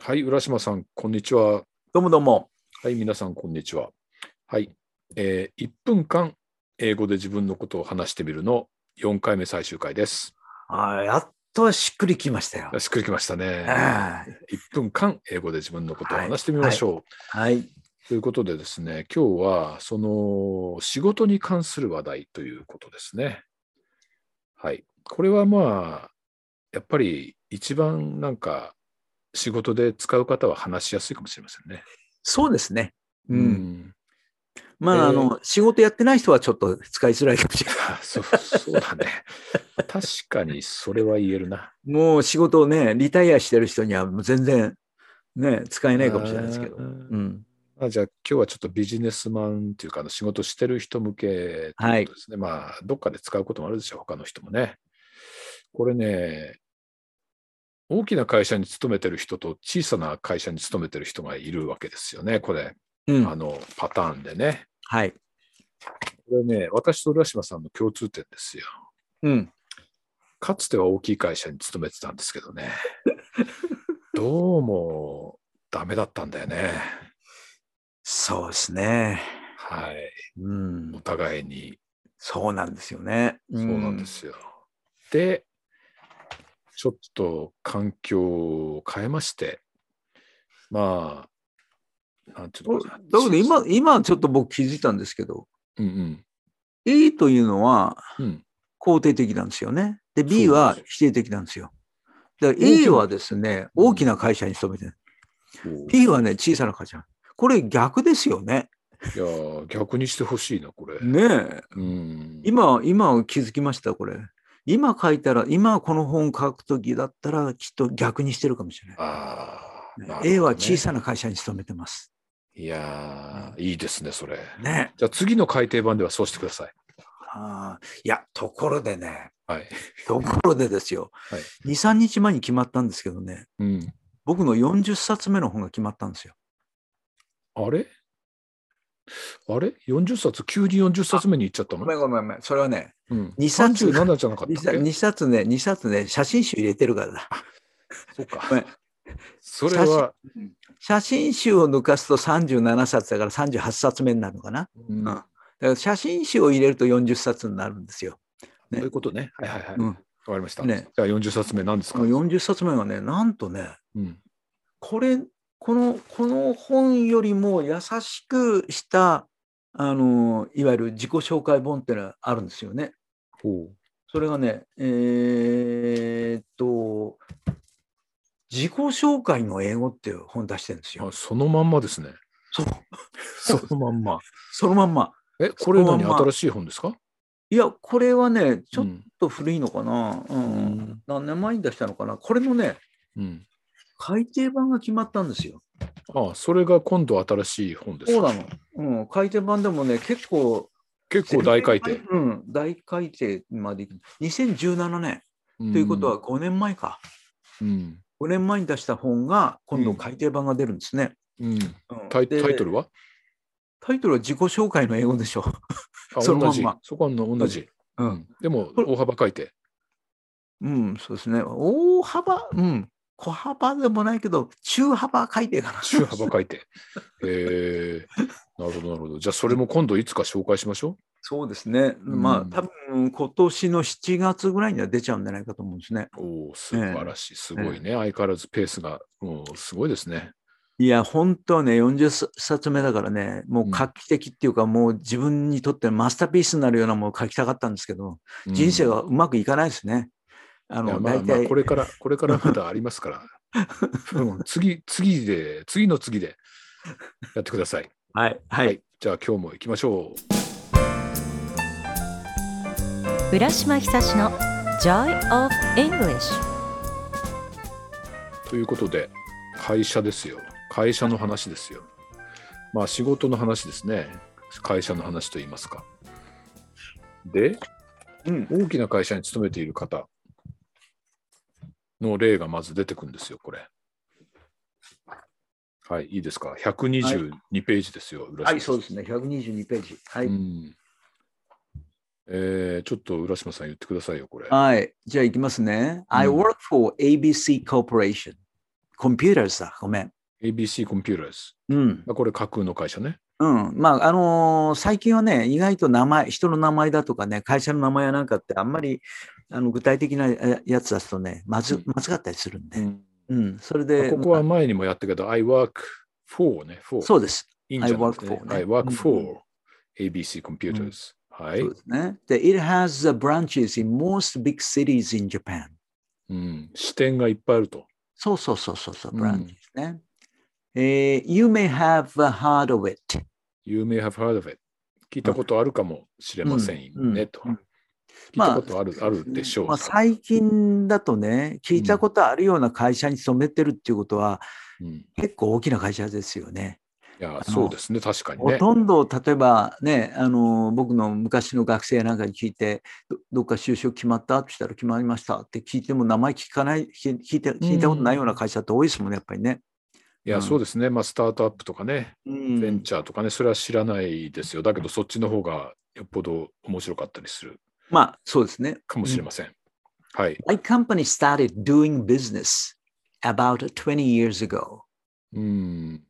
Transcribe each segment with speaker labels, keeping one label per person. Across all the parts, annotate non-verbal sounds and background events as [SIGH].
Speaker 1: はい、浦島さん、こんにちは。
Speaker 2: どうもどうも。
Speaker 1: はい、皆さん、こんにちは。はい、えー、1分間、英語で自分のことを話してみるの4回目最終回です。
Speaker 2: あーやっとしっくりきましたよ。
Speaker 1: しっくりきましたね。
Speaker 2: あー
Speaker 1: 1分間、英語で自分のことを話してみましょう。
Speaker 2: はい。
Speaker 1: ということでですね、今日は、その、仕事に関する話題ということですね。はい。これはまあ、やっぱり一番なんか、仕事で使う方は話しやすいかもしれませんね。
Speaker 2: そうですね。
Speaker 1: う
Speaker 2: う。
Speaker 1: んん
Speaker 2: まあ、
Speaker 1: えー
Speaker 2: あの、仕事やってない人はちょっと使いづらいかもしれない。
Speaker 1: あそうそうだね。確かにそれは言えるな。
Speaker 2: もう仕事をね、リタイアしてる人にはもう全然、ね、使えないかもしれないですけど。
Speaker 1: あー
Speaker 2: うん。
Speaker 1: あじゃあ今日はちょっとビジネスマンっていうかあの仕事してる人向けということ
Speaker 2: はい
Speaker 1: ですね。まあどっかで使うこともあるでしょう、他の人もね。これね、大きな会社に勤めてる人と小さな会社に勤めてる人がいるわけですよね、これ、
Speaker 2: うん。
Speaker 1: あのパターンでね。
Speaker 2: はい。
Speaker 1: これね、私と浦島さんの共通点ですよ。
Speaker 2: うん。
Speaker 1: かつては大きい会社に勤めてたんですけど
Speaker 2: [LAUGHS]
Speaker 1: ね、どうもダメだったんだよね。
Speaker 2: そうですね。
Speaker 1: はい。
Speaker 2: う
Speaker 1: お
Speaker 2: ん。
Speaker 1: 互いに、
Speaker 2: そうなんですよね。
Speaker 1: そうなんで。すよ。で、ちょっと環境を変えまして、まあ、なんていう
Speaker 2: お
Speaker 1: の
Speaker 2: だ
Speaker 1: か
Speaker 2: け
Speaker 1: な。
Speaker 2: ど今、今ちょっと僕気づいたんですけど、
Speaker 1: うん
Speaker 2: A というのは
Speaker 1: うん。うん。
Speaker 2: 肯定的なんですよね。で、
Speaker 1: そうなんです
Speaker 2: B
Speaker 1: よ
Speaker 2: は否定的なんですよ。だから A はですね、大きな会社に勤めてる。B はね、小さな会社。これ逆ですよね。
Speaker 1: いやー、逆にしてほしいな、これ。
Speaker 2: ねえ。
Speaker 1: うん。
Speaker 2: 今、今気づきました、これ。今書いたら、今この本書くときだったら、きっと逆にしてるかもしれない。
Speaker 1: ああ、なるほどね
Speaker 2: A は小さな会社に勤めてます。
Speaker 1: いやー、いいですね、それ。
Speaker 2: ね
Speaker 1: じゃあ次の改訂版ではそうしてください。
Speaker 2: あーいや、ところでね、
Speaker 1: はい。
Speaker 2: ところでですよ。
Speaker 1: はい
Speaker 2: 2、3日前に決まったんですけどね、
Speaker 1: うん。
Speaker 2: 僕の40冊目の本が決まったんですよ。
Speaker 1: あれあれ ?40 冊、急に40冊目に行っちゃった
Speaker 2: ご
Speaker 1: の
Speaker 2: めんごめんごめん。それはね、
Speaker 1: うん、
Speaker 2: 二冊
Speaker 1: 37じゃなかっ
Speaker 2: 二
Speaker 1: たっ
Speaker 2: 冊
Speaker 1: け
Speaker 2: 二冊ね、二冊ね、写真集入れてるからだ。
Speaker 1: そう
Speaker 2: ごめ
Speaker 1: か
Speaker 2: ん。
Speaker 1: それは、
Speaker 2: 写真集を抜かすと37冊だから38冊目になるのかな。
Speaker 1: うん
Speaker 2: うんだから写真集を入れると40冊になるんですよ。
Speaker 1: そういうことね。はいはいはい。
Speaker 2: う
Speaker 1: わ
Speaker 2: ん
Speaker 1: かりました。じゃ
Speaker 2: ね
Speaker 1: あ40冊目なんです
Speaker 2: こ
Speaker 1: か
Speaker 2: の40冊目がね、なんとね、
Speaker 1: うん。
Speaker 2: これ、この、この本よりも優しくした、あの、いわゆる自己紹介本っていうのがあるんですよね。
Speaker 1: ほ
Speaker 2: それがね、えーっと、自己紹介の英語っていう本出してるんです
Speaker 1: う。あ
Speaker 2: よ。
Speaker 1: そのまんまですね。
Speaker 2: そう、
Speaker 1: [LAUGHS] そのまん
Speaker 2: [LAUGHS]
Speaker 1: ま。
Speaker 2: そのまんま。
Speaker 1: え、これ
Speaker 2: その
Speaker 1: 何
Speaker 2: まんま
Speaker 1: 新しい本ですか
Speaker 2: いや、これはね、ちょ
Speaker 1: う
Speaker 2: っ
Speaker 1: ん
Speaker 2: と古いのかな。う
Speaker 1: うんん。
Speaker 2: 何年前に出したのかな。これのね、
Speaker 1: うん。
Speaker 2: 改訂版が決まったんですよ。
Speaker 1: あそれが今度新しい本です
Speaker 2: そう
Speaker 1: か
Speaker 2: なの。うん、改訂版でもね、結構。
Speaker 1: 結構大改訂。
Speaker 2: うん、大改訂まで行く。2017年。
Speaker 1: と
Speaker 2: ということは、5年前か。
Speaker 1: うん。
Speaker 2: 5年前に出した本が、今
Speaker 1: う
Speaker 2: 度
Speaker 1: ん
Speaker 2: 改訂版が出るんですね。
Speaker 1: うん
Speaker 2: うん
Speaker 1: タイ
Speaker 2: で
Speaker 1: タイトルは
Speaker 2: タイトルは自己紹介の英語でしょ。
Speaker 1: あ
Speaker 2: そのま
Speaker 1: 同
Speaker 2: ん
Speaker 1: じ
Speaker 2: ま。
Speaker 1: そこは同じ。
Speaker 2: う。
Speaker 1: うんんでも大幅改
Speaker 2: [LAUGHS]
Speaker 1: 訂。
Speaker 2: うん、そうですね。大幅、うん。小幅でもないけど、中幅改訂かな。
Speaker 1: 中幅書いて。えー、なるほど、なるほど。じゃあ、それも今度いつか紹介しましょ
Speaker 2: そうですね。
Speaker 1: うん
Speaker 2: まあ、多分今年の7月ぐらいには出ちゃうんじゃないかと思うんですね。
Speaker 1: う。おお、素晴らしい。すごいね。相変わらずペースが、もうすごいですね。
Speaker 2: いや、本当はね、40冊目だからね、もう画期的っていうか、もう自分にとってマスターピースになるようなものを書きたかったんですけど、
Speaker 1: うん
Speaker 2: 人生がうまくいかないですね。あ
Speaker 1: いや
Speaker 2: の、
Speaker 1: まあ
Speaker 2: 大
Speaker 1: まあ、
Speaker 2: 体、
Speaker 1: これから、これからまだあります
Speaker 2: [LAUGHS]
Speaker 1: から。うん次、次で、次の次でやってください。
Speaker 2: はい、はい。
Speaker 1: じゃあ、今日も行きましょう。
Speaker 3: 浦島久志の Joy of English
Speaker 1: ということで、会社ですよ。会社の話ですよ。まあ、仕事の話ですね。会社の話といいますか。で、
Speaker 2: うん。
Speaker 1: 大きな会社に勤めている方の例がまず出てくるんですよ、これ。はい、いいですか。122ページですよ、浦島さ
Speaker 2: は
Speaker 1: ん
Speaker 2: い、そうですね。122ページ。はい。
Speaker 1: うんえーちょっと浦島さん言ってくださいよ、これ。
Speaker 2: はい。じゃあ、いきますね。I
Speaker 1: うん
Speaker 2: work for ABC Corporation. コンピューターズだ、ごめん。
Speaker 1: ABC Computers。
Speaker 2: うん。
Speaker 1: これ架空の会社ね。
Speaker 2: うん。まあ、あのー最近はね、意外と名前、人の名前だとかね、会社の名前やなんかって、あんまりあの具体的なえやつだとね、まず、まずかったりするんで。うん。それで、
Speaker 1: ここは
Speaker 2: ま
Speaker 1: 前にもやったけど、I work for ね。
Speaker 2: あ
Speaker 1: for
Speaker 2: そうです。
Speaker 1: いいんじゃないですか
Speaker 2: I
Speaker 1: I
Speaker 2: work
Speaker 1: work
Speaker 2: for ね
Speaker 1: for ABC Computers。はい
Speaker 2: そう。ですね。で、it has the branches in most big cities in Japan.
Speaker 1: うん視点がいっぱいあると。
Speaker 2: そうそうそうそうそう、
Speaker 1: うん
Speaker 2: ブランチですね。えー You may have heard of it.
Speaker 1: You may have heard of it. 聞いたことあるかもしれません
Speaker 2: うん
Speaker 1: ねと
Speaker 2: うんうん。
Speaker 1: 聞いたことあるあるでしょ
Speaker 2: まあ、
Speaker 1: う。
Speaker 2: 最近だとね、聞いたことあるような会社に勤めてるっていうことは、
Speaker 1: うんい
Speaker 2: 結構大きな会社ですよね。
Speaker 1: や、そうですね。確かに
Speaker 2: ほ
Speaker 1: ね。
Speaker 2: とんど、例えばね、あの僕の昔の学生なんかに聞いて、どどっか就職決まったって言ったら決まりましたって聞いても、名前聞かない、聞い聞いて聞いたことないような会社って多いですもんね、やっぱりね。
Speaker 1: いうや、
Speaker 2: ん
Speaker 1: そうですね。まあ、スタートアップとかね、
Speaker 2: うん
Speaker 1: ベンチャーとかね、それは知らないですよ。だけど、そっちの方がよっぽど面白かったりする
Speaker 2: まあ、そうですね。
Speaker 1: かもしれません。はい。
Speaker 2: My company started doing business about 20 years ago.
Speaker 1: うん。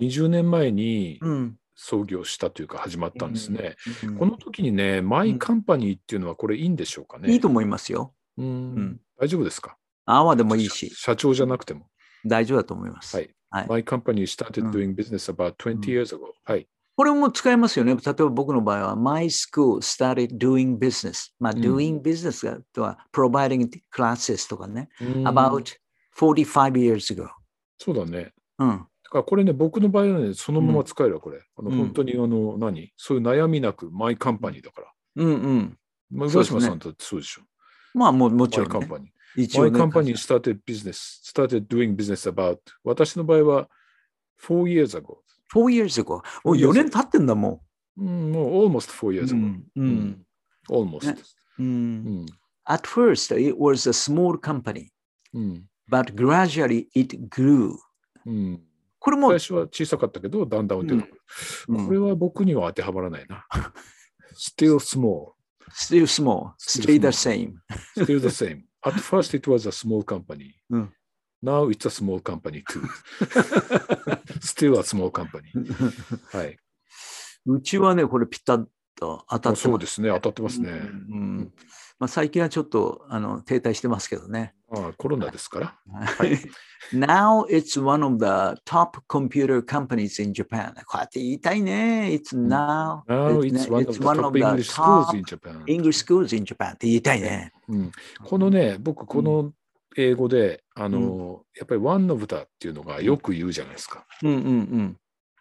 Speaker 1: 20年前に
Speaker 2: うん。
Speaker 1: 創業したというか、始まったんですね。こ
Speaker 2: この
Speaker 1: の時にね、マイカンパニーっていうのはこれいいんでしょうかね。
Speaker 2: いいと思いますよ。
Speaker 1: う
Speaker 2: うん
Speaker 1: ん。大丈夫ですか
Speaker 2: ああはでもいいし、
Speaker 1: 社社長じゃなくても。
Speaker 2: 大丈夫だと思います。
Speaker 1: はい
Speaker 2: はい
Speaker 1: My company started
Speaker 2: うん
Speaker 1: doing business about 20 years ago. はい。
Speaker 2: これも使えますよね。例えば僕の場合は、My school started doing business. まあ、
Speaker 1: うん
Speaker 2: doing business がとは、providing classes とかね。
Speaker 1: うん
Speaker 2: about 45 years ago.
Speaker 1: そうだね。
Speaker 2: うん。
Speaker 1: だからこれね、僕の場合はね、そのまま使えるわ、これ。あの
Speaker 2: うん
Speaker 1: 本当に、あの、何そういう悩みなく、マイカンパニーだから。
Speaker 2: うんうん。
Speaker 1: まあ、
Speaker 2: そう
Speaker 1: 浦
Speaker 2: ですね
Speaker 1: 島さんだってそうでしょ。
Speaker 2: まあ、もうもち
Speaker 1: マ
Speaker 2: ろ
Speaker 1: イカン
Speaker 2: ん、ね。
Speaker 1: パニー。
Speaker 2: 一
Speaker 1: マ
Speaker 2: 応
Speaker 1: イ
Speaker 2: ね
Speaker 1: カンパニー started business, started doing business about 私の場合は4 years ago。
Speaker 2: 4 years ago。もう4年経ってんだも
Speaker 1: うん、もう almost 4
Speaker 2: ん。
Speaker 1: years
Speaker 2: う
Speaker 1: ago。
Speaker 2: ん。う。
Speaker 1: うん almost
Speaker 2: ね。うん
Speaker 1: う。ん。
Speaker 2: At first, it was a small company,
Speaker 1: うん。
Speaker 2: but gradually it grew.
Speaker 1: うん。
Speaker 2: これも
Speaker 1: 最、初は小さかったけど、だんだん大きくなる
Speaker 2: うん
Speaker 1: これは僕には当てはまらないな。Still small,
Speaker 2: still small, stay
Speaker 1: Still small.
Speaker 2: the same.
Speaker 1: still the
Speaker 2: [LAUGHS]
Speaker 1: same. At first it was a small company.
Speaker 2: うん
Speaker 1: Now it's a small company
Speaker 2: [LAUGHS]
Speaker 1: too. still a small company. はい。
Speaker 2: [LAUGHS] うちはね、これピタッと当たって
Speaker 1: そうですね。当たって
Speaker 2: ま
Speaker 1: ますね。
Speaker 2: うんうんまあ、最近はちょっとあの停滞してますけどね。
Speaker 1: まあコロナですから。
Speaker 2: [LAUGHS] Now it's one of the top computer companies in Japan. こうやって言いたいね。It's now,
Speaker 1: Now it's one of the top English schools in Japan.
Speaker 2: English schools in Japan って言いたいね。
Speaker 1: うん、このね、僕、この英語で、あの、やっぱり one of the っていうのがよく言うじゃないですか。
Speaker 2: うんうん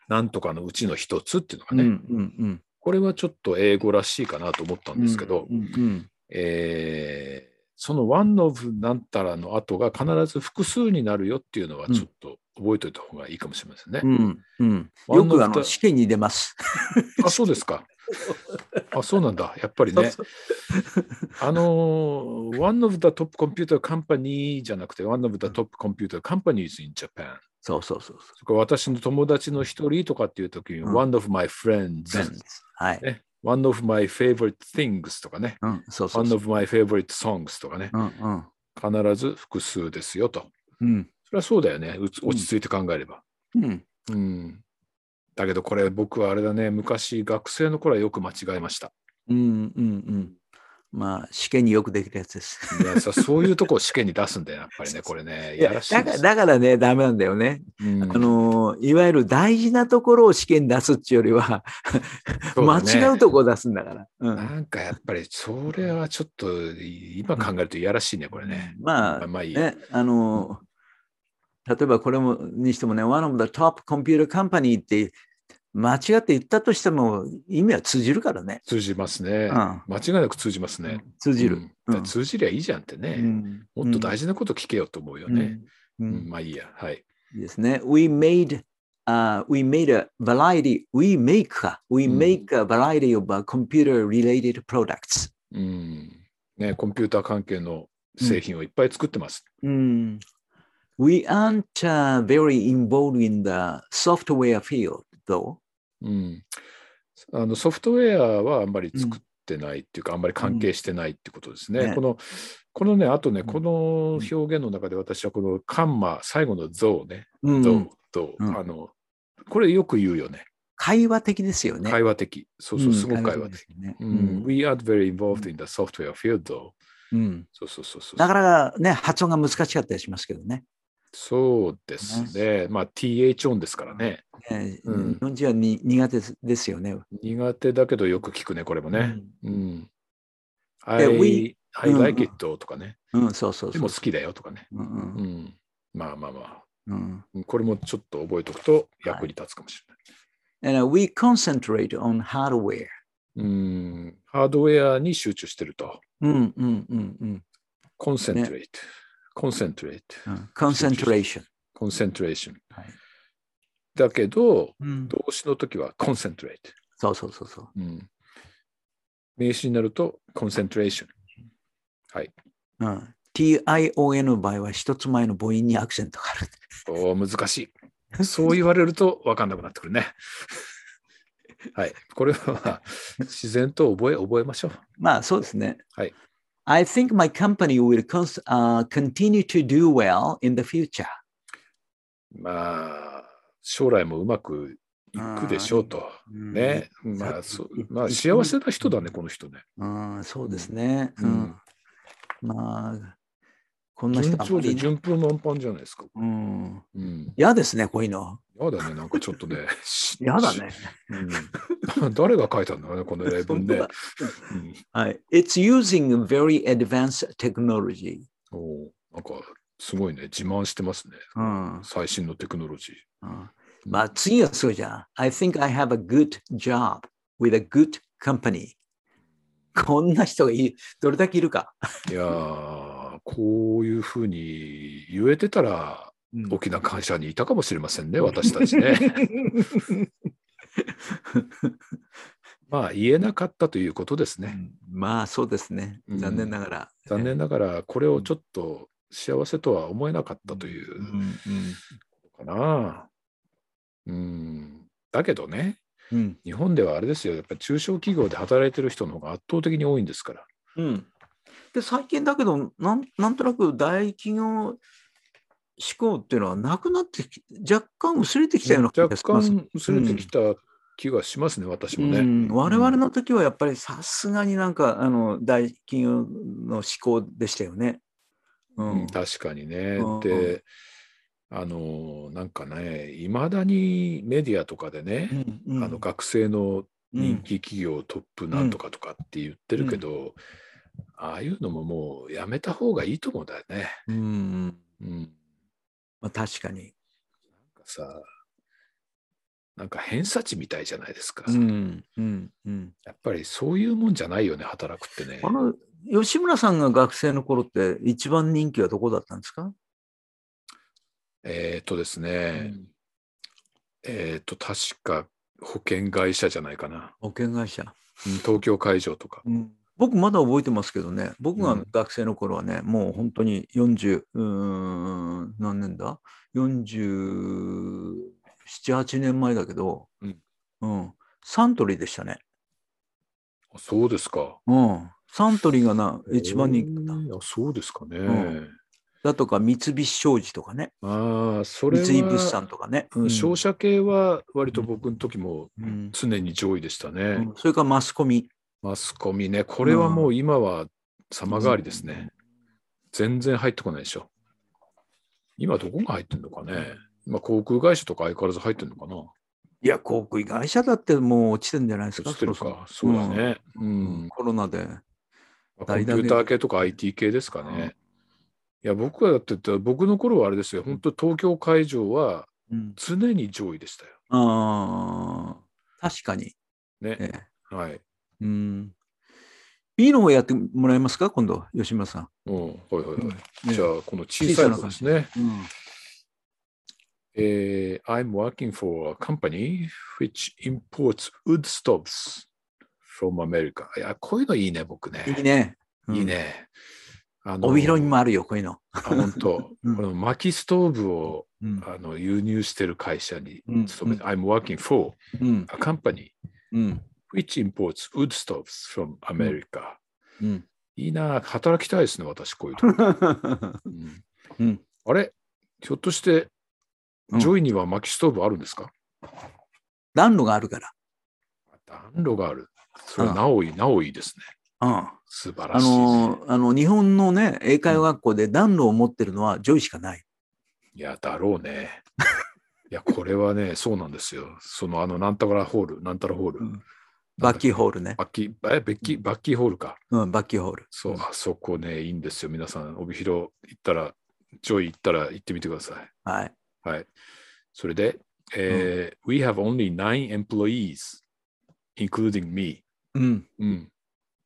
Speaker 1: なんとかのうちの一つっていうの
Speaker 2: う
Speaker 1: が
Speaker 2: ん。うん
Speaker 1: ね、
Speaker 2: うんうん。
Speaker 1: これはちょっと英語らしいかなと思ったんですけど、
Speaker 2: うんうん
Speaker 1: えーその one of なんたらの後が必ず複数になるよっていうのはちょっと覚えておいた方がいいかもしれませんね。
Speaker 2: うんうん、
Speaker 1: One
Speaker 2: よくあ
Speaker 1: of the-
Speaker 2: の試験に出ます。
Speaker 1: あ、そうですか。あ、そうなんだ。やっぱりね。あのー、one of the top computer company じゃなくて、one of the top computer companies in Japan。
Speaker 2: そうそうそうそう。
Speaker 1: それから私の友達の一人とかっていう時に、
Speaker 2: うん
Speaker 1: one of my friends、
Speaker 2: 全ですはい。
Speaker 1: ね one of my favorite things とかね、
Speaker 2: うん、そうそう
Speaker 1: one
Speaker 2: そう。
Speaker 1: of my favorite songs とかね、
Speaker 2: うんうん
Speaker 1: 必ず複数ですよと。
Speaker 2: うん
Speaker 1: それはそうだよね。うつ
Speaker 2: うん
Speaker 1: 落ち着いて考えれば。
Speaker 2: うん。
Speaker 1: うん。だけどこれ僕はあれだね、昔学生の頃はよく間違えました。
Speaker 2: うんうんうん。まあ、試験によくできるやつです。
Speaker 1: いやさ
Speaker 2: [LAUGHS]
Speaker 1: そういうとこを試験に出すんだよ、やっぱりね、これね。やらしい
Speaker 2: だ
Speaker 1: で
Speaker 2: から
Speaker 1: す。
Speaker 2: だからね、ダメなんだよね。
Speaker 1: うん
Speaker 2: あのー、いわゆる大事なところを試験に出すっていうよりは、
Speaker 1: そう
Speaker 2: 間
Speaker 1: だね
Speaker 2: 違うところを出すんだから。うん
Speaker 1: なんかやっぱり、それはちょっと、今考えるといやらしいね、これね。
Speaker 2: ま
Speaker 1: まあ
Speaker 2: あ、
Speaker 1: まあいい。
Speaker 2: ね、あのー、例えばこれも、にしてもね、one of the top computer company って、間違って言ったとしても、意味は通じるからね。
Speaker 1: 通じますね。
Speaker 2: うん
Speaker 1: 間違いなく通じますね。
Speaker 2: 通じる。
Speaker 1: うんだから通じりゃいいじゃんってね。もっと大事なこと聞けよと思うよね。
Speaker 2: うん
Speaker 1: うんまあいいや。はい。
Speaker 2: うんいいですね。We made, uh, we made a variety, we make, a- we
Speaker 1: うん
Speaker 2: make a variety of uh, computer related products.
Speaker 1: うん。ね、コンピューター関係の製品をいっぱい作ってます。
Speaker 2: We aren't uh, very involved in the software field though.
Speaker 1: うん。あのソフトウェアはあんまり作っってないっていうか、あんまり関係してないってことですね。
Speaker 2: うんね
Speaker 1: この、このね、あとね、
Speaker 2: ん
Speaker 1: この表現の中で私はこのカンマ、最後の像ね、
Speaker 2: う
Speaker 1: 像
Speaker 2: ん、
Speaker 1: と、
Speaker 2: うん
Speaker 1: あの、これよく言うよね。
Speaker 2: 会話的ですよね。
Speaker 1: 会話的。そうそう、すごく会話
Speaker 2: で
Speaker 1: 的。
Speaker 2: すよね。
Speaker 1: う
Speaker 2: うんん
Speaker 1: We are very involved in the software field, though.
Speaker 2: うん
Speaker 1: そうそうそうそう。
Speaker 2: なかなかね、発音が難しかったりしますけどね。
Speaker 1: そうですね。まあ、TH 音ですからね。
Speaker 2: ね
Speaker 1: うん
Speaker 2: 日本人はに苦手ですよね。
Speaker 1: 苦手だけどよく聞くね、これもね。うん。I,
Speaker 2: で We-
Speaker 1: I
Speaker 2: うん
Speaker 1: like it とかね。
Speaker 2: うん、うん、そうそう
Speaker 1: で
Speaker 2: そ
Speaker 1: も
Speaker 2: う。
Speaker 1: 好きだよとかね。
Speaker 2: うんう
Speaker 1: うんん。まあまあま
Speaker 2: うん
Speaker 1: あ。これもちょっと覚えておくと役に立つかもしれない。
Speaker 2: And we concentrate on hardware.
Speaker 1: うん。ハードウェアに集中してると。
Speaker 2: うんうんうんうん
Speaker 1: コンセントレート。コンセントレー
Speaker 2: う
Speaker 1: ト。
Speaker 2: ん。concentration。
Speaker 1: コンセントレーション。
Speaker 2: はい
Speaker 1: だけど、
Speaker 2: うん
Speaker 1: 動詞の時はコンセントレート。
Speaker 2: そうそうそうそ
Speaker 1: う
Speaker 2: う。
Speaker 1: ん。名詞になるとコンセントレーション。はい。
Speaker 2: うん、TION の場合は一つ前の母音にアクセントがある。 [LAUGHS]
Speaker 1: おー難しい。そう言われると分かんなくなってくるね。 [LAUGHS] はい。これは自然と覚え、覚えましょう。
Speaker 2: まあそうですね。
Speaker 1: はい。
Speaker 2: I think my company will cons、uh, continue to do well in the future.
Speaker 1: まあ、将来もうまくいくでしょうと。ね。まあ、そう
Speaker 2: い
Speaker 1: まあ、
Speaker 2: い
Speaker 1: 幸せな人だね、この人ね。
Speaker 2: うん。うん、そうですね。う
Speaker 1: うんん。
Speaker 2: まあ、こんな
Speaker 1: 順
Speaker 2: 人あんま
Speaker 1: 調で
Speaker 2: りね、
Speaker 1: 順風満帆じゃないですか。
Speaker 2: うん。
Speaker 1: うん。
Speaker 2: 嫌ですね、こういうの。
Speaker 1: やだね、なんかちょっと
Speaker 2: [LAUGHS]
Speaker 1: ね。
Speaker 2: 嫌だ
Speaker 1: [LAUGHS]
Speaker 2: ね。
Speaker 1: うん。 [LAUGHS] 誰が書いたんだろうね、この例文ね。
Speaker 2: [LAUGHS]
Speaker 1: う
Speaker 2: 本
Speaker 1: ん
Speaker 2: 当だはい。It's using very advanced technology.
Speaker 1: おーなんか、すごいね、自慢してますね。
Speaker 2: うん。
Speaker 1: 最新のテクノロジー。
Speaker 2: うんまあ次はそうじゃん。I think I have a good job with a good company. こんな人がいるどれだけいるか。
Speaker 1: いやーこういうふうに言えてたら、大きな会社にいたかもしれませんね、私たち
Speaker 2: [LAUGHS]
Speaker 1: ね。まあ、言えなかったということです [LAUGHS] ね。
Speaker 2: まあそうですね。
Speaker 1: うん
Speaker 2: 残念ながら。
Speaker 1: 残念ながら、これをちょっと幸せとは思えなかったとい
Speaker 2: うん
Speaker 1: うかな。うん。だけどね、
Speaker 2: うん
Speaker 1: 日本ではあれですよ、やっぱり中小企業で働いてる人の方が圧倒的に多いんですから。
Speaker 2: うんで最近だけどなんなんとなく大企業志向っていうのはなくなってき若干薄れてきたような気
Speaker 1: 若
Speaker 2: がします。
Speaker 1: 干薄れてきた気がしますね、私もね。
Speaker 2: うん、我々の時はやっぱりさすがになんかあの大企業の思考でしたよね。う
Speaker 1: うん
Speaker 2: ん、
Speaker 1: 確かにね。
Speaker 2: うん
Speaker 1: で、あの、なんかね、いまだにメディアとかでね、あの学生の人気企業トップなんとかとかって言ってるけど、ああいうのももうやめた方がいいと思うんだよね。
Speaker 2: うんうん
Speaker 1: うん、なんか
Speaker 2: まあ、確かに、
Speaker 1: さ、なんか偏差値みたいじゃないですか。
Speaker 2: んうんうん、
Speaker 1: やっぱりそういうもんじゃないよね、働くってね。
Speaker 2: あの吉村さんが学生の頃って一番人気はどこだったんですか、
Speaker 1: えっ、とです
Speaker 2: う
Speaker 1: ね、
Speaker 2: ん、
Speaker 1: えっ、と、確か保険会社じゃないかな。
Speaker 2: 保険会社、
Speaker 1: うん東京会場とか。
Speaker 2: 僕まだ覚えてますけどね僕
Speaker 1: う
Speaker 2: が
Speaker 1: ん
Speaker 2: 学生の頃はね、もう本当に40うーん何年だ478年前だけど、
Speaker 1: うん
Speaker 2: うんサントリーでしたね、
Speaker 1: あそうですか。
Speaker 2: うん、サントリーがな一番人気だ
Speaker 1: へえあそうですかね。
Speaker 2: んだとか三菱商事とかね
Speaker 1: ああ、それは
Speaker 2: 三井物産とかね、
Speaker 1: うん、商社系は割と僕の時も
Speaker 2: うん
Speaker 1: 常に上位でしたね。
Speaker 2: うんそれからマスコミ。
Speaker 1: マスコミね、これはもう今は様変わりですね。全然入ってこないでしょ。今どこが入ってんのかね。今航空会社とか相変わらず入ってんのかな。
Speaker 2: いや、航空会社だってもう落ちてんじゃないです
Speaker 1: 映
Speaker 2: か、
Speaker 1: ってる
Speaker 2: そろ
Speaker 1: か。
Speaker 2: そ
Speaker 1: そ
Speaker 2: ろ
Speaker 1: うだ。ね。う
Speaker 2: うん
Speaker 1: ん。
Speaker 2: コロナで。
Speaker 1: まあコン
Speaker 2: 大
Speaker 1: ピ
Speaker 2: 打撃
Speaker 1: ューター系とか IT 系ですか
Speaker 2: うん
Speaker 1: ね。いや、僕はだって言ったら僕の頃はあれですよ。本当東京会場は
Speaker 2: うん、
Speaker 1: 常に上位でしたよ。
Speaker 2: ああ、確かに、
Speaker 1: ね。
Speaker 2: え
Speaker 1: はい。
Speaker 2: えうん。いいのをやってもらえますか、今度、吉村さ
Speaker 1: うん、はいはいはい。
Speaker 2: ん。ね
Speaker 1: じゃあ、この小さい方ですね。
Speaker 2: うん
Speaker 1: えー I'm working for a company which imports wood stoves from America. いや、こういうのいいね、僕ね。
Speaker 2: いいね。うん
Speaker 1: いい。ね。あ
Speaker 2: 帯広に
Speaker 1: に
Speaker 2: もあるよ、こういうの。
Speaker 1: あ、本当。
Speaker 2: [LAUGHS] うん
Speaker 1: この薪ストーブを
Speaker 2: うん
Speaker 1: あの輸入してる会社に
Speaker 2: うん
Speaker 1: 勤めて、I'm working for
Speaker 2: うん
Speaker 1: a company
Speaker 2: うん
Speaker 1: which which imports wood stoves from America、
Speaker 2: うん。 [LAUGHS]
Speaker 1: いいなあ、働きたいですね、私、こういうとこ、うん
Speaker 2: うん
Speaker 1: あれひょっとして、
Speaker 2: うん
Speaker 1: ジョイには薪ストーブあるんですか、
Speaker 2: 暖炉があるから。
Speaker 1: 暖炉がある。それはなおいい、なおいいですね。
Speaker 2: うん。
Speaker 1: 素晴ら
Speaker 2: あ
Speaker 1: しい。
Speaker 2: のー、あの、日本のね、英会話学校で暖炉を持ってるのはジョイしかない。
Speaker 1: いや、だろうね。
Speaker 2: [LAUGHS]
Speaker 1: いや、これはね、そうなんですよ。その、あの、なんたらホール、なんたらホール。
Speaker 2: うんバッキーホールね。
Speaker 1: バッキー、え、ベッキー、バッキーホールか。
Speaker 2: うん、バッキーホール。
Speaker 1: そう、あそこね、いいんですよ。皆さん、帯広行ったら、上位行ったら行ってみてください。
Speaker 2: はい。
Speaker 1: はい。それで、えー We have only nine employees, including me.
Speaker 2: うん。
Speaker 1: うん。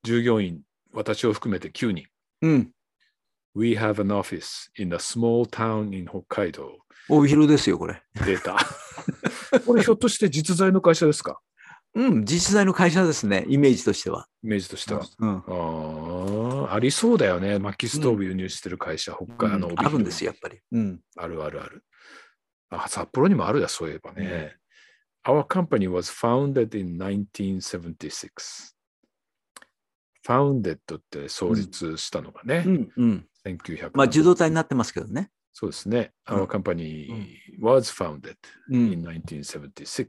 Speaker 1: 従業員、私を含めて9人。
Speaker 2: うん。
Speaker 1: We have an office in a small town in Hokkaido.
Speaker 2: 帯広ですよ、これ。
Speaker 1: データ。 [LAUGHS] これひょっとして実在の会社ですか
Speaker 2: うん、実在の会社ですね、イメージとしては。
Speaker 1: イメージとしては。
Speaker 2: うん。
Speaker 1: あーありそうだよね。薪ストーブ輸入してる会社、北海あの、
Speaker 2: あるんですよ、やっぱり。うん。
Speaker 1: あるあるある。あ札幌にもあるだ、そういえばね。Our company was founded in 1976. Founded って創立したのがね、
Speaker 2: うん。うん。
Speaker 1: 1900
Speaker 2: まあ、受動体になってますけどね。
Speaker 1: そうですね。
Speaker 2: うん
Speaker 1: Our company was founded
Speaker 2: う
Speaker 1: in
Speaker 2: ん。
Speaker 1: 1976.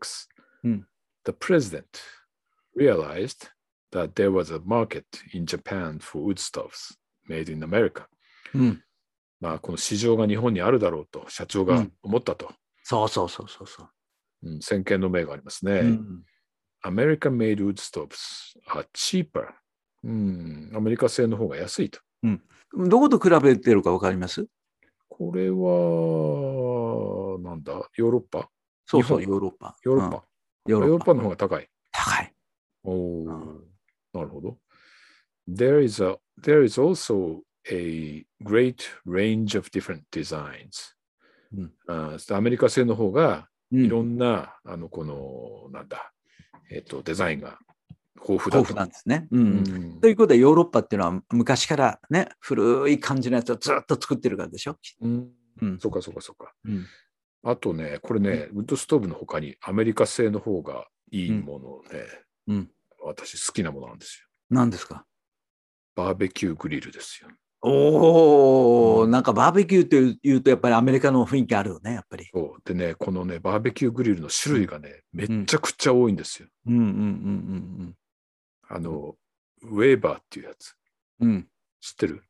Speaker 2: うん。
Speaker 1: The president realized that there was a market in Japan for wood stoves made in America.
Speaker 2: うん。
Speaker 1: まあ、この市場が日本にあるだろうと社長
Speaker 2: う
Speaker 1: が
Speaker 2: ん
Speaker 1: 思ったと、
Speaker 2: そうそうそうそうそう。
Speaker 1: うん先見の明がありますね。
Speaker 2: うん。
Speaker 1: American made wood stoves are cheaper. うん、アメリカ製の方が安いと。
Speaker 2: どこと比べてるかわかります
Speaker 1: これは、なんだ、ヨーロッパ
Speaker 2: そうそう、
Speaker 1: 日
Speaker 2: ヨーロッパ。
Speaker 1: ヨーロッ
Speaker 2: うん
Speaker 1: パ。ヨ
Speaker 2: ヨー
Speaker 1: ー
Speaker 2: ロ
Speaker 1: ロッ
Speaker 2: ッパ。
Speaker 1: パの方が高い。
Speaker 2: 高い。
Speaker 1: おー
Speaker 2: うん
Speaker 1: なるほど。There is, a, there is also a great range of different designs.
Speaker 2: うん
Speaker 1: あーアメリカ製の方が
Speaker 2: うん
Speaker 1: いろんな、あのこのなんだ、えっとデザインが豊富だ
Speaker 2: 豊
Speaker 1: と
Speaker 2: 富なんですね。う。
Speaker 1: うんん
Speaker 2: ということで、ヨーロッパっていうのは昔からね、古い感じのやつをずっと作ってるからでしょ。
Speaker 1: うん
Speaker 2: うん。
Speaker 1: そうかそうかそうか。
Speaker 2: うん
Speaker 1: あとね、これね、ウッドストーブの他にアメリカ製の方がいいものね、
Speaker 2: うん。
Speaker 1: 私好きなものなんですよ。
Speaker 2: 何ですか
Speaker 1: バーベキューグリルですよ。
Speaker 2: おお、なんかバーベキューといういうと、やっぱりアメリカの雰囲気あるよね、やっぱり。
Speaker 1: そうでね、このね、バーベキューグリルの種類がね、めっちゃくちゃ多いんですよ。
Speaker 2: うんうんうん
Speaker 1: あの、ウェーバーっていうやつ。
Speaker 2: うんうん。うん。
Speaker 1: 知ってる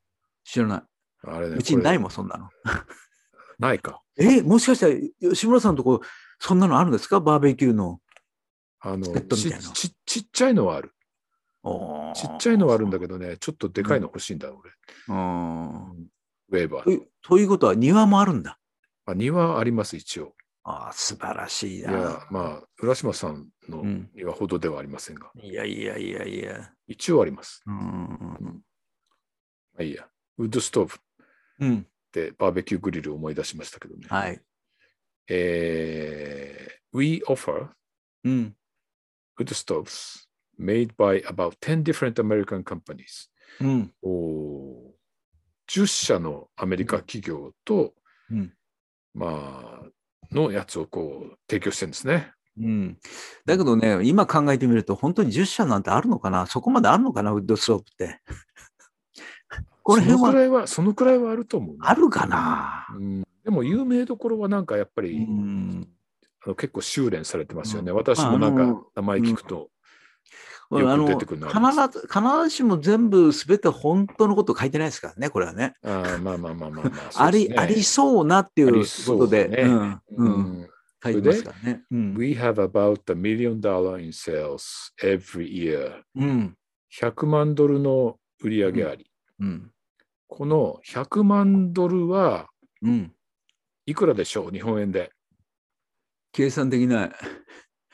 Speaker 2: 知らな
Speaker 1: あれね。
Speaker 2: い。うちにない
Speaker 1: こ
Speaker 2: もん、そんなの。
Speaker 1: れないか。
Speaker 2: え、もしかしたら、吉村さんのとこ、そんなのあるんですかバーベキューの。
Speaker 1: あ
Speaker 2: チ
Speaker 1: の
Speaker 2: ケットみ
Speaker 1: ち
Speaker 2: たいな
Speaker 1: ちちっちゃいのはある。
Speaker 2: おー
Speaker 1: ちっちゃいのはあるんだけどね、ちょっとでかいの欲しいんだ、俺。
Speaker 2: うん
Speaker 1: ウェーバ
Speaker 2: と
Speaker 1: ー。
Speaker 2: いということは、庭もあるんだ。
Speaker 1: あ庭あります、一応。
Speaker 2: ああ、素晴らしい
Speaker 1: い
Speaker 2: な。
Speaker 1: や、まあ、浦島さんの
Speaker 2: うん
Speaker 1: 庭ほどではありませんが、
Speaker 2: いやいやいやいや。
Speaker 1: 一応あります。
Speaker 2: うん。
Speaker 1: まあいいや。ウッドストーブっ
Speaker 2: うん。
Speaker 1: てバーベキューグリルを思い出しましたけどね。
Speaker 2: はい。
Speaker 1: えー We offer
Speaker 2: うん。
Speaker 1: wood stoves made by about 10 different American companies.
Speaker 2: うん。
Speaker 1: おー10社のアメリカ企業と、
Speaker 2: うん
Speaker 1: まあ、のやつをこう提供してるんですね。
Speaker 2: うん、だけどね、今考えてみると、本当に10社なんてあるのかな、そこまであるのかな、ウッドストー
Speaker 1: [LAUGHS]
Speaker 2: ブって。この
Speaker 1: そのく
Speaker 2: 辺は
Speaker 1: らいは、そのくらいはあると思うね、
Speaker 2: あるかな。
Speaker 1: うんでも有名どころはなんかやっぱり、
Speaker 2: うん
Speaker 1: あの結構修練されてますよね。
Speaker 2: う
Speaker 1: 私もなん
Speaker 2: まああ
Speaker 1: か
Speaker 2: の
Speaker 1: 名前聞くと、
Speaker 2: これあ
Speaker 1: よ
Speaker 2: の
Speaker 1: く出
Speaker 2: 必
Speaker 1: てくるのあります
Speaker 2: ず必ずしも全部すべて本当のこと書いてないですからね、これはね。
Speaker 1: あーまあまあまあまあまあ、
Speaker 2: あ
Speaker 1: そうで
Speaker 2: り
Speaker 1: すね
Speaker 2: ありそうなっていう
Speaker 1: あ
Speaker 2: こ
Speaker 1: りそ
Speaker 2: と
Speaker 1: うだ
Speaker 2: で、
Speaker 1: ね
Speaker 2: うんうん、
Speaker 1: うん
Speaker 2: 書いてますからね。うん、
Speaker 1: We have about a million dollar in sales every year.
Speaker 2: うん
Speaker 1: 100万ドルの売り上げあり。
Speaker 2: うん
Speaker 1: この100万ドルは
Speaker 2: うん、
Speaker 1: いくらでしょう日本円で。
Speaker 2: 計算できない。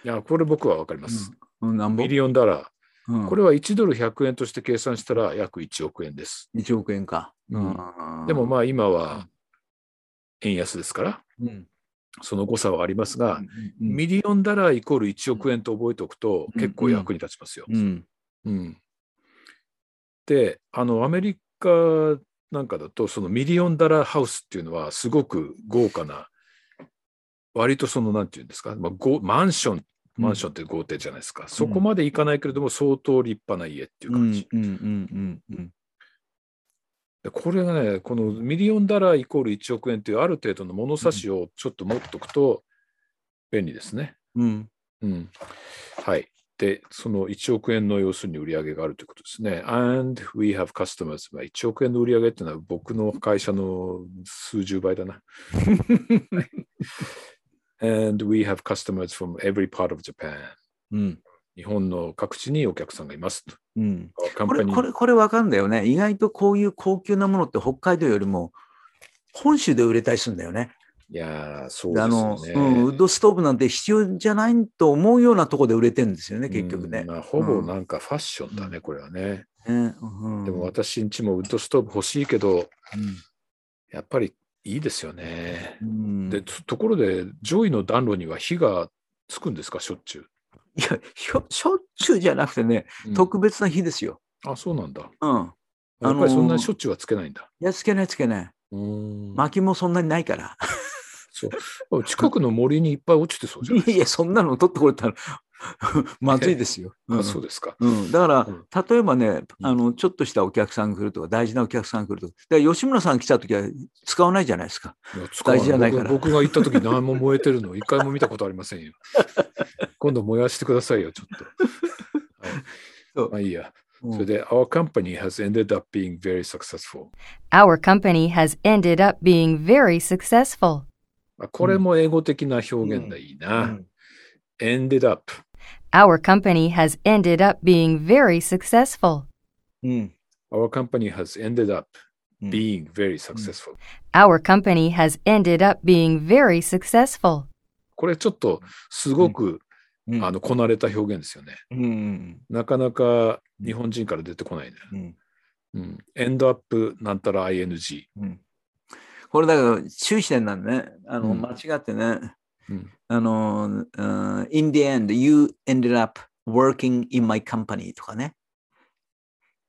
Speaker 1: いや、これ僕はわかります。
Speaker 2: うん、なんぼ
Speaker 1: ミリオンダラ
Speaker 2: うん
Speaker 1: ー。これは1ドル100円として計算したら約1億円です。
Speaker 2: 1億円か。
Speaker 1: でも
Speaker 2: あ、
Speaker 1: まあ今は円安ですから、
Speaker 2: うん
Speaker 1: その誤差はありますが、
Speaker 2: うん
Speaker 1: ミリオンダラーイコール1億円と覚えておくと
Speaker 2: うん
Speaker 1: 結構役に立ちますよ。
Speaker 2: うん
Speaker 1: うんで、あの、アメリカなんかだと、そのミリオンダラーハウスっていうのはすごく豪華な、割とその、なんていうんですか、まあ、ごマンションマンションって豪邸じゃないですか。そこまでいかないけれども、相当立派な家っていう感じ。
Speaker 2: うんうんうんうん
Speaker 1: でこれがね、このミリオンダラーイコール1億円というある程度の物差しをちょっと持っとくと便利ですね。
Speaker 2: うんうん
Speaker 1: うん。はい。で、その1億円の要するに売り上げがあるということですね。And we have customers. まあ1億円の売り上げっていうのは僕の会社の数十倍
Speaker 2: [LAUGHS]
Speaker 1: だな。And we have customers from every part of Japan.
Speaker 2: うん
Speaker 1: 日本の各地にお客さんがいますと。
Speaker 2: うん
Speaker 1: カン
Speaker 2: こ
Speaker 1: パ
Speaker 2: れ
Speaker 1: ニー
Speaker 2: これこれわかるんだよね意外とこういう高級なものって北海道よりも本州で売れたりするんだよね。
Speaker 1: いやー、そう
Speaker 2: であの
Speaker 1: ですよ
Speaker 2: う
Speaker 1: ね。
Speaker 2: ん、ウッドストーブなんて必要じゃないと思うようなとこで売れてるんですよね結局
Speaker 1: う
Speaker 2: ね
Speaker 1: ん。まあ、ほぼなんかファッションだね、
Speaker 2: う
Speaker 1: これはね。
Speaker 2: ねうん
Speaker 1: でも私んちもウッドストーブ欲しいけど、
Speaker 2: う
Speaker 1: やっぱりいいですよね。
Speaker 2: ん
Speaker 1: で、
Speaker 2: い
Speaker 1: とところで、上位の暖炉には火がつくんですか、しょっちゅ
Speaker 2: やしょしょっちゅうじゃなくてね、
Speaker 1: う。うん
Speaker 2: 特別な日ですよ。
Speaker 1: あ、そうなんだ。
Speaker 2: うん、
Speaker 1: やっぱりそんな
Speaker 2: あのー
Speaker 1: にしょっちゅうはつけないんだ。
Speaker 2: いやつけないつけない。
Speaker 1: うん
Speaker 2: 薪もそんなにないから。
Speaker 1: そう近くの森にいっぱい落ちてそうじゃない
Speaker 2: いや、そんなの取ってこ
Speaker 1: [LAUGHS]
Speaker 2: れたらまずいですよ。
Speaker 1: あ
Speaker 2: うん
Speaker 1: そうですか。
Speaker 2: うん、だか
Speaker 1: うん
Speaker 2: ら、例えばね、あの、ちょっとしたお客さんが来るとか、大事なお客さんが来るとか、だから吉村さん来た時は使わないじゃないですか。
Speaker 1: いや使わ
Speaker 2: 大事じゃないから
Speaker 1: 僕僕が行った時何も燃えてるの、一回も見たことありませんよ。
Speaker 2: [LAUGHS]
Speaker 1: 今度燃やしてくださいよ、ちょっと。はい
Speaker 2: そう
Speaker 1: まあいいや。
Speaker 2: うん
Speaker 1: それで、Our company has ended up being very successful.
Speaker 3: Our company has ended up being very successful.
Speaker 1: あこれも英語的な表現だ、いいうな。
Speaker 2: ん
Speaker 1: ended up。
Speaker 3: Our company has ended up being very successful.
Speaker 2: うん。
Speaker 1: Our company has ended up
Speaker 2: うん
Speaker 1: being very successful.
Speaker 3: Our company has ended up being very successful.
Speaker 1: これちょっとすごく、
Speaker 2: うん
Speaker 1: あのこなれた表現ですよね。
Speaker 2: うん。
Speaker 1: なかなか日本人から出てこないね。
Speaker 2: うん。
Speaker 1: うん。end up なんたら ing。
Speaker 2: うん。これだから、注意点なんね。あの、
Speaker 1: うん
Speaker 2: 間違ってね。
Speaker 1: うん
Speaker 2: あの、うん、in the end, you ended up working in my company とかね。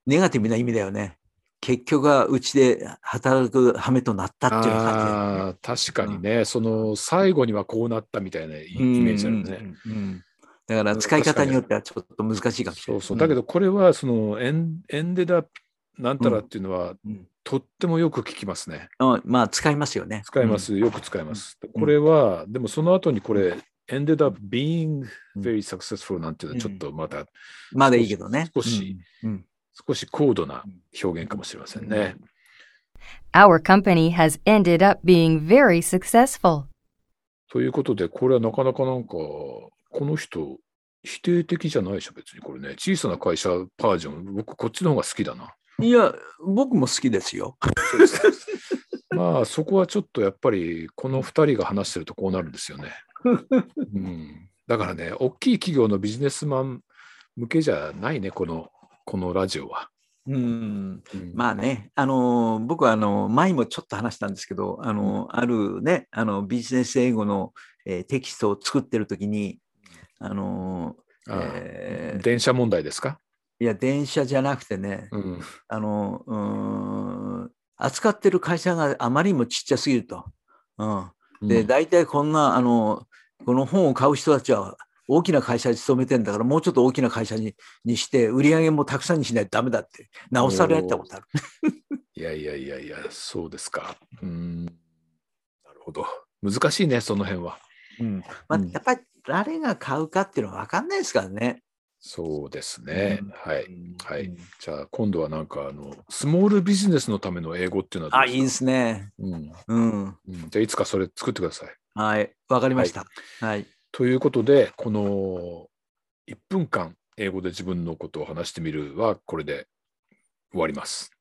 Speaker 2: ネガティブな意味だよね。結局はうちで働く羽目となったっていうような感じだよね。
Speaker 1: ああ、確かにね、その最後にはこうなったみたいなイイメージあるね。
Speaker 2: うんうんうんだから使い方によってはちょっと難しいかもしれ
Speaker 1: そ
Speaker 2: な
Speaker 1: う
Speaker 2: い。
Speaker 1: そう。だけどこれはそのエンエンデダなんたらっていうのは、
Speaker 2: うん
Speaker 1: とってもよく聞きますね。
Speaker 2: うんまあ使いますよね。
Speaker 1: 使います、よく使います。これは、でもその後にこれ、ended up being very successful なんていうのはちょっとまた
Speaker 2: うん。まだいいけどね。
Speaker 1: 少し
Speaker 2: うん。
Speaker 1: 少し高度な表現かもしれませんね。
Speaker 3: Our company has ended up being very successful.
Speaker 1: ということで、これはなかなかなんか、この人、否定的じゃないでしょ、別にこれね。小さな会社バージョン、僕、こっちの方が好きだな。
Speaker 2: うんいや、僕も好きですよ。
Speaker 1: まあ、そこはちょっとやっぱり、この2人が話してるとこうなるんですよね。うん、だからね、大きい企業のビジネスマン向けじゃないね、この、このラジオは。
Speaker 2: うん、
Speaker 1: うん
Speaker 2: まあね、あの僕はあの前もちょっと話したんですけど、あのあるね、あのビジネス英語の、えーテキストを作ってるときに、あの
Speaker 1: ああ
Speaker 2: えー
Speaker 1: 電車問題ですか、
Speaker 2: いや電車じゃなくてね、
Speaker 1: うん、
Speaker 2: あの、うーん、扱ってる会社があまりにもちっちゃすぎると。うん、で、
Speaker 1: うん
Speaker 2: 大体こんな、あの、この本を買う人たちは大きな会社に勤めてんだから、もうちょっと大きな会社ににして、売り上げもたくさんにしないとダメだって、直されたことある。
Speaker 1: いやいやいやいや、そうですか。うん、なるほど。難しいね、その辺は。
Speaker 2: うんまあ、やっぱり誰が買うかっていうのは分かんないですからね。
Speaker 1: そうですね。
Speaker 2: うん
Speaker 1: はい。は
Speaker 2: う
Speaker 1: い
Speaker 2: ん。
Speaker 1: じゃあ、今度はなんか、あの、スモールビジネスのための英語っていうのは
Speaker 2: あ、
Speaker 1: どう
Speaker 2: いいで
Speaker 1: です
Speaker 2: すね。
Speaker 1: かうん
Speaker 2: うん。
Speaker 1: うんじゃあ、いつかそれ作ってください。
Speaker 2: はい。わかりました。はい。
Speaker 1: ということで、この1分間、英語で自分のことを話してみるは、これで終わります。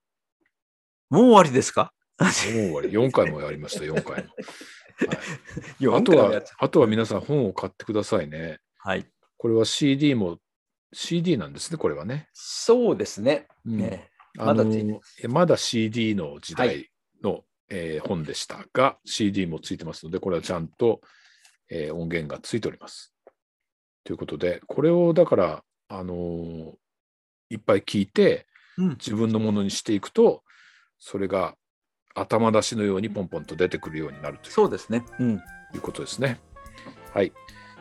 Speaker 2: もう終わりですか
Speaker 1: もう終わり。4回もやりました、4回も。
Speaker 2: いや
Speaker 1: あと
Speaker 2: 本当だ
Speaker 1: は、あとは皆さん本を買ってくださいね。
Speaker 2: はい。
Speaker 1: これは CD も、CD なんですね、これはね。
Speaker 2: そうですね。
Speaker 1: うん
Speaker 2: ね
Speaker 1: あの
Speaker 2: まだついてま
Speaker 1: えまだ CD の時
Speaker 2: は
Speaker 1: 代の、えー本でしたが、CD もついてますので、これはちゃんと、えー音源がついております。ということで、これをだから、あのーいっぱい聞いて、
Speaker 2: うん。
Speaker 1: 自分のものにしていくと、それが頭出しのようにポンポンと出てくるようになるという
Speaker 2: そうですね。うん。
Speaker 1: いうことですね。はい。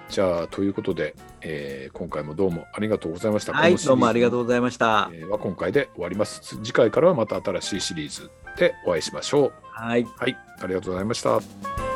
Speaker 1: じゃあ、ということで、えー今回もどうもありがとうございました。
Speaker 2: はい、どうもありがとう
Speaker 1: う。
Speaker 2: ございました。
Speaker 1: えーは今回で終わります。次回からはまた新しいシリーズでお会いしましょう。
Speaker 2: はい。
Speaker 1: はい、ありがとうございました。